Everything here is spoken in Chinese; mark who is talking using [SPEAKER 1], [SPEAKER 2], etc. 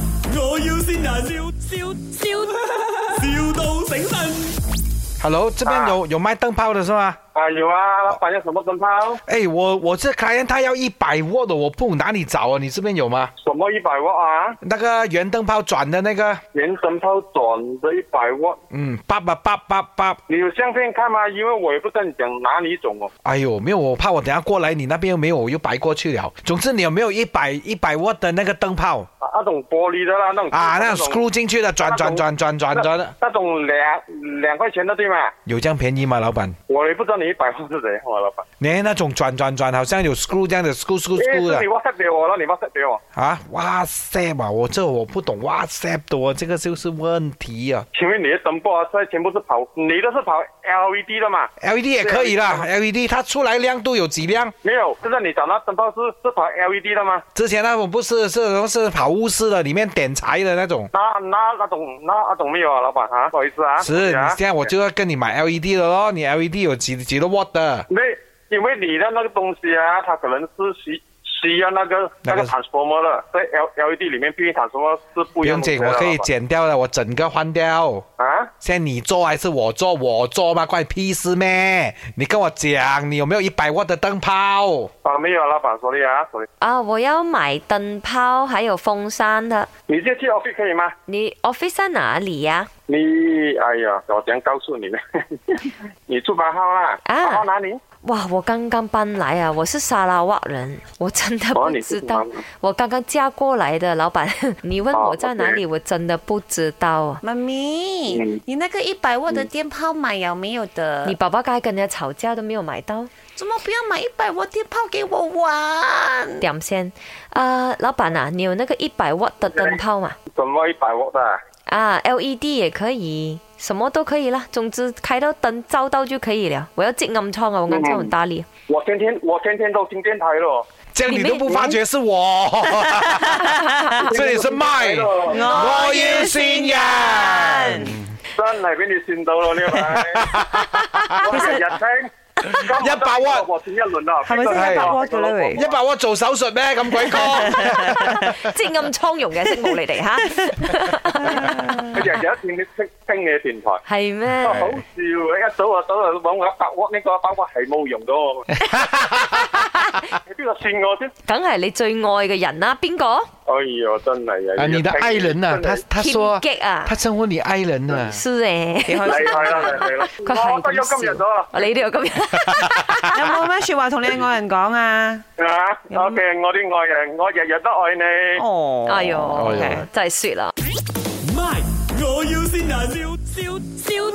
[SPEAKER 1] 要先人，笑笑笑，,笑到醒神。
[SPEAKER 2] Hello，这边有、有卖灯泡的是吗？
[SPEAKER 3] 啊，有啊，老板要什么灯泡？
[SPEAKER 2] 哎，我我这 client 他要一百沃的，我不哪里找啊？你这边有吗？
[SPEAKER 3] 什么一百瓦啊？
[SPEAKER 2] 那个圆灯泡转的那个，
[SPEAKER 3] 原灯泡转的一百瓦，
[SPEAKER 2] 嗯，叭叭叭叭叭。
[SPEAKER 3] 你有相片看吗？因为我也不跟你讲哪里种哦。
[SPEAKER 2] 哎呦，没有，我怕我等下过来你那边又没有，我又白过去了。总之你有没有一百一百沃的那个灯泡
[SPEAKER 3] 啊那种玻璃的啦，那种
[SPEAKER 2] 啊？那种
[SPEAKER 3] 种
[SPEAKER 2] screw 进去的，转转转转转转的，
[SPEAKER 3] 那种两两块钱的对吗？
[SPEAKER 2] 有这样便宜吗，老板？
[SPEAKER 3] 我也不知道你一百万是怎样啊，老板。
[SPEAKER 2] 你那种转转转，好像有 screw 这样的 screw screw
[SPEAKER 3] 哎，是
[SPEAKER 2] screw 的
[SPEAKER 3] 你 WhatsApp 给我了，你 WhatsApp 给我。
[SPEAKER 2] 啊？哇塞嘛，我这我不懂哇塞的哦，这个就是问题啊。
[SPEAKER 3] 请问你的灯泡啊，现在全部是跑，你的是跑 LED 的嘛？
[SPEAKER 2] LED E 也可以啦，LED 它出来亮度有几亮？
[SPEAKER 3] 没有，现在你找那灯泡是是跑 LED 的吗？
[SPEAKER 2] 之前那种不是是是跑屋式的，里面点柴的那种。
[SPEAKER 3] 那那那种那那种没有啊，老板啊，不好意思啊。
[SPEAKER 2] 是，你
[SPEAKER 3] 啊
[SPEAKER 2] 现在我就要跟你买 LED 的咯，你 LED 有几几多 watt 的？
[SPEAKER 3] 那因为你的那个东西啊，它可能是需需要那个
[SPEAKER 2] 那
[SPEAKER 3] 那
[SPEAKER 2] 个
[SPEAKER 3] 个 transformer 的，在 L L E D 里面，毕竟 transformer 是不
[SPEAKER 2] 不
[SPEAKER 3] 一样
[SPEAKER 2] 用
[SPEAKER 3] 的
[SPEAKER 2] 紧，
[SPEAKER 3] 东
[SPEAKER 2] 我
[SPEAKER 3] 西的
[SPEAKER 2] 可以
[SPEAKER 3] 老板
[SPEAKER 2] 剪掉的，我整个换掉。
[SPEAKER 3] 啊。
[SPEAKER 2] 现在你做还是我做？我做吗？关你屁事咩？你跟我讲，你有没有一百 watt 的灯泡？
[SPEAKER 3] 啊，没有啊，老板，sorry 啊，sorry。
[SPEAKER 4] 啊，我要买灯泡还有风扇的。
[SPEAKER 3] 你这去 office 可以吗？
[SPEAKER 4] 你 office 在哪里呀、
[SPEAKER 3] 你哎呀，我怎样告诉你呢？ 你住八号啦？
[SPEAKER 4] 啊
[SPEAKER 3] 八号哪里？
[SPEAKER 4] 哇，我刚刚搬来啊，我是沙拉瓦人，我真的
[SPEAKER 3] 哦
[SPEAKER 4] 不
[SPEAKER 3] 你是
[SPEAKER 4] 知道
[SPEAKER 3] 沙拉瓦，
[SPEAKER 4] 我刚刚嫁过来的。老板， 你问
[SPEAKER 3] 哦
[SPEAKER 4] 我在哪里，我真的不知道啊。
[SPEAKER 5] 妈咪，
[SPEAKER 3] 嗯
[SPEAKER 5] 你那个一百瓦的电泡买有没有的？
[SPEAKER 4] 你
[SPEAKER 5] 你
[SPEAKER 4] 宝宝刚才跟人家吵架都没有买到，
[SPEAKER 5] 怎么不要买一百瓦电泡给我玩？
[SPEAKER 4] 点先。啊，老板啊，你有那个一百瓦的灯泡吗？
[SPEAKER 3] 怎么一百瓦的啊？
[SPEAKER 4] 啊，LED 也可以，什么都可以啦，总之开到灯照到就可以了。我要进暗疮啊，我暗疮很大力。
[SPEAKER 3] 我天天我天天都听电台咯，
[SPEAKER 2] 这样你
[SPEAKER 4] 里面
[SPEAKER 2] 都不发觉是我， 这里是卖，
[SPEAKER 3] 咯，
[SPEAKER 2] 我要新 人。
[SPEAKER 3] 真系俾你算到咯呢 位，我日日聽今日
[SPEAKER 2] 一百瓦
[SPEAKER 3] 我聽一輪啦，
[SPEAKER 6] 係咪真係一百瓦嘅咧喂
[SPEAKER 2] 一百 watt 做手術咩？咁 鬼高？
[SPEAKER 4] 即係暗瘡用嘅色冇你哋吓，
[SPEAKER 3] 佢日日聽你聽聽你嘅電台。
[SPEAKER 4] 係咩？
[SPEAKER 3] 好笑啊！一早啊，早啊揾我一百瓦，呢個一百瓦係冇用到我。你邊個算我先？
[SPEAKER 4] 梗係你最愛嘅人啦，邊個？
[SPEAKER 3] 哎呀，真係啊！
[SPEAKER 2] 啊，你的愛人呐、他他說
[SPEAKER 4] 天擊啊
[SPEAKER 2] 他稱呼你愛人啊呐、
[SPEAKER 4] 是誒，
[SPEAKER 6] 幾 開
[SPEAKER 3] 係
[SPEAKER 6] 心，
[SPEAKER 3] 係啦係啦，
[SPEAKER 4] 佢係
[SPEAKER 3] 我得咗今
[SPEAKER 4] 咁
[SPEAKER 3] 日
[SPEAKER 4] 笑
[SPEAKER 3] 咗啦。
[SPEAKER 4] 你都有 今日，
[SPEAKER 6] 有
[SPEAKER 5] 哎
[SPEAKER 6] 冇咩説話同你愛人講啊？
[SPEAKER 3] 啊，OK，我 À, 啲愛人，我日日都愛你。
[SPEAKER 6] 哦，
[SPEAKER 4] 哎
[SPEAKER 2] 哎
[SPEAKER 4] 呦
[SPEAKER 2] 呦，
[SPEAKER 4] 真係雪啦。
[SPEAKER 1] My，我要先人，笑笑笑，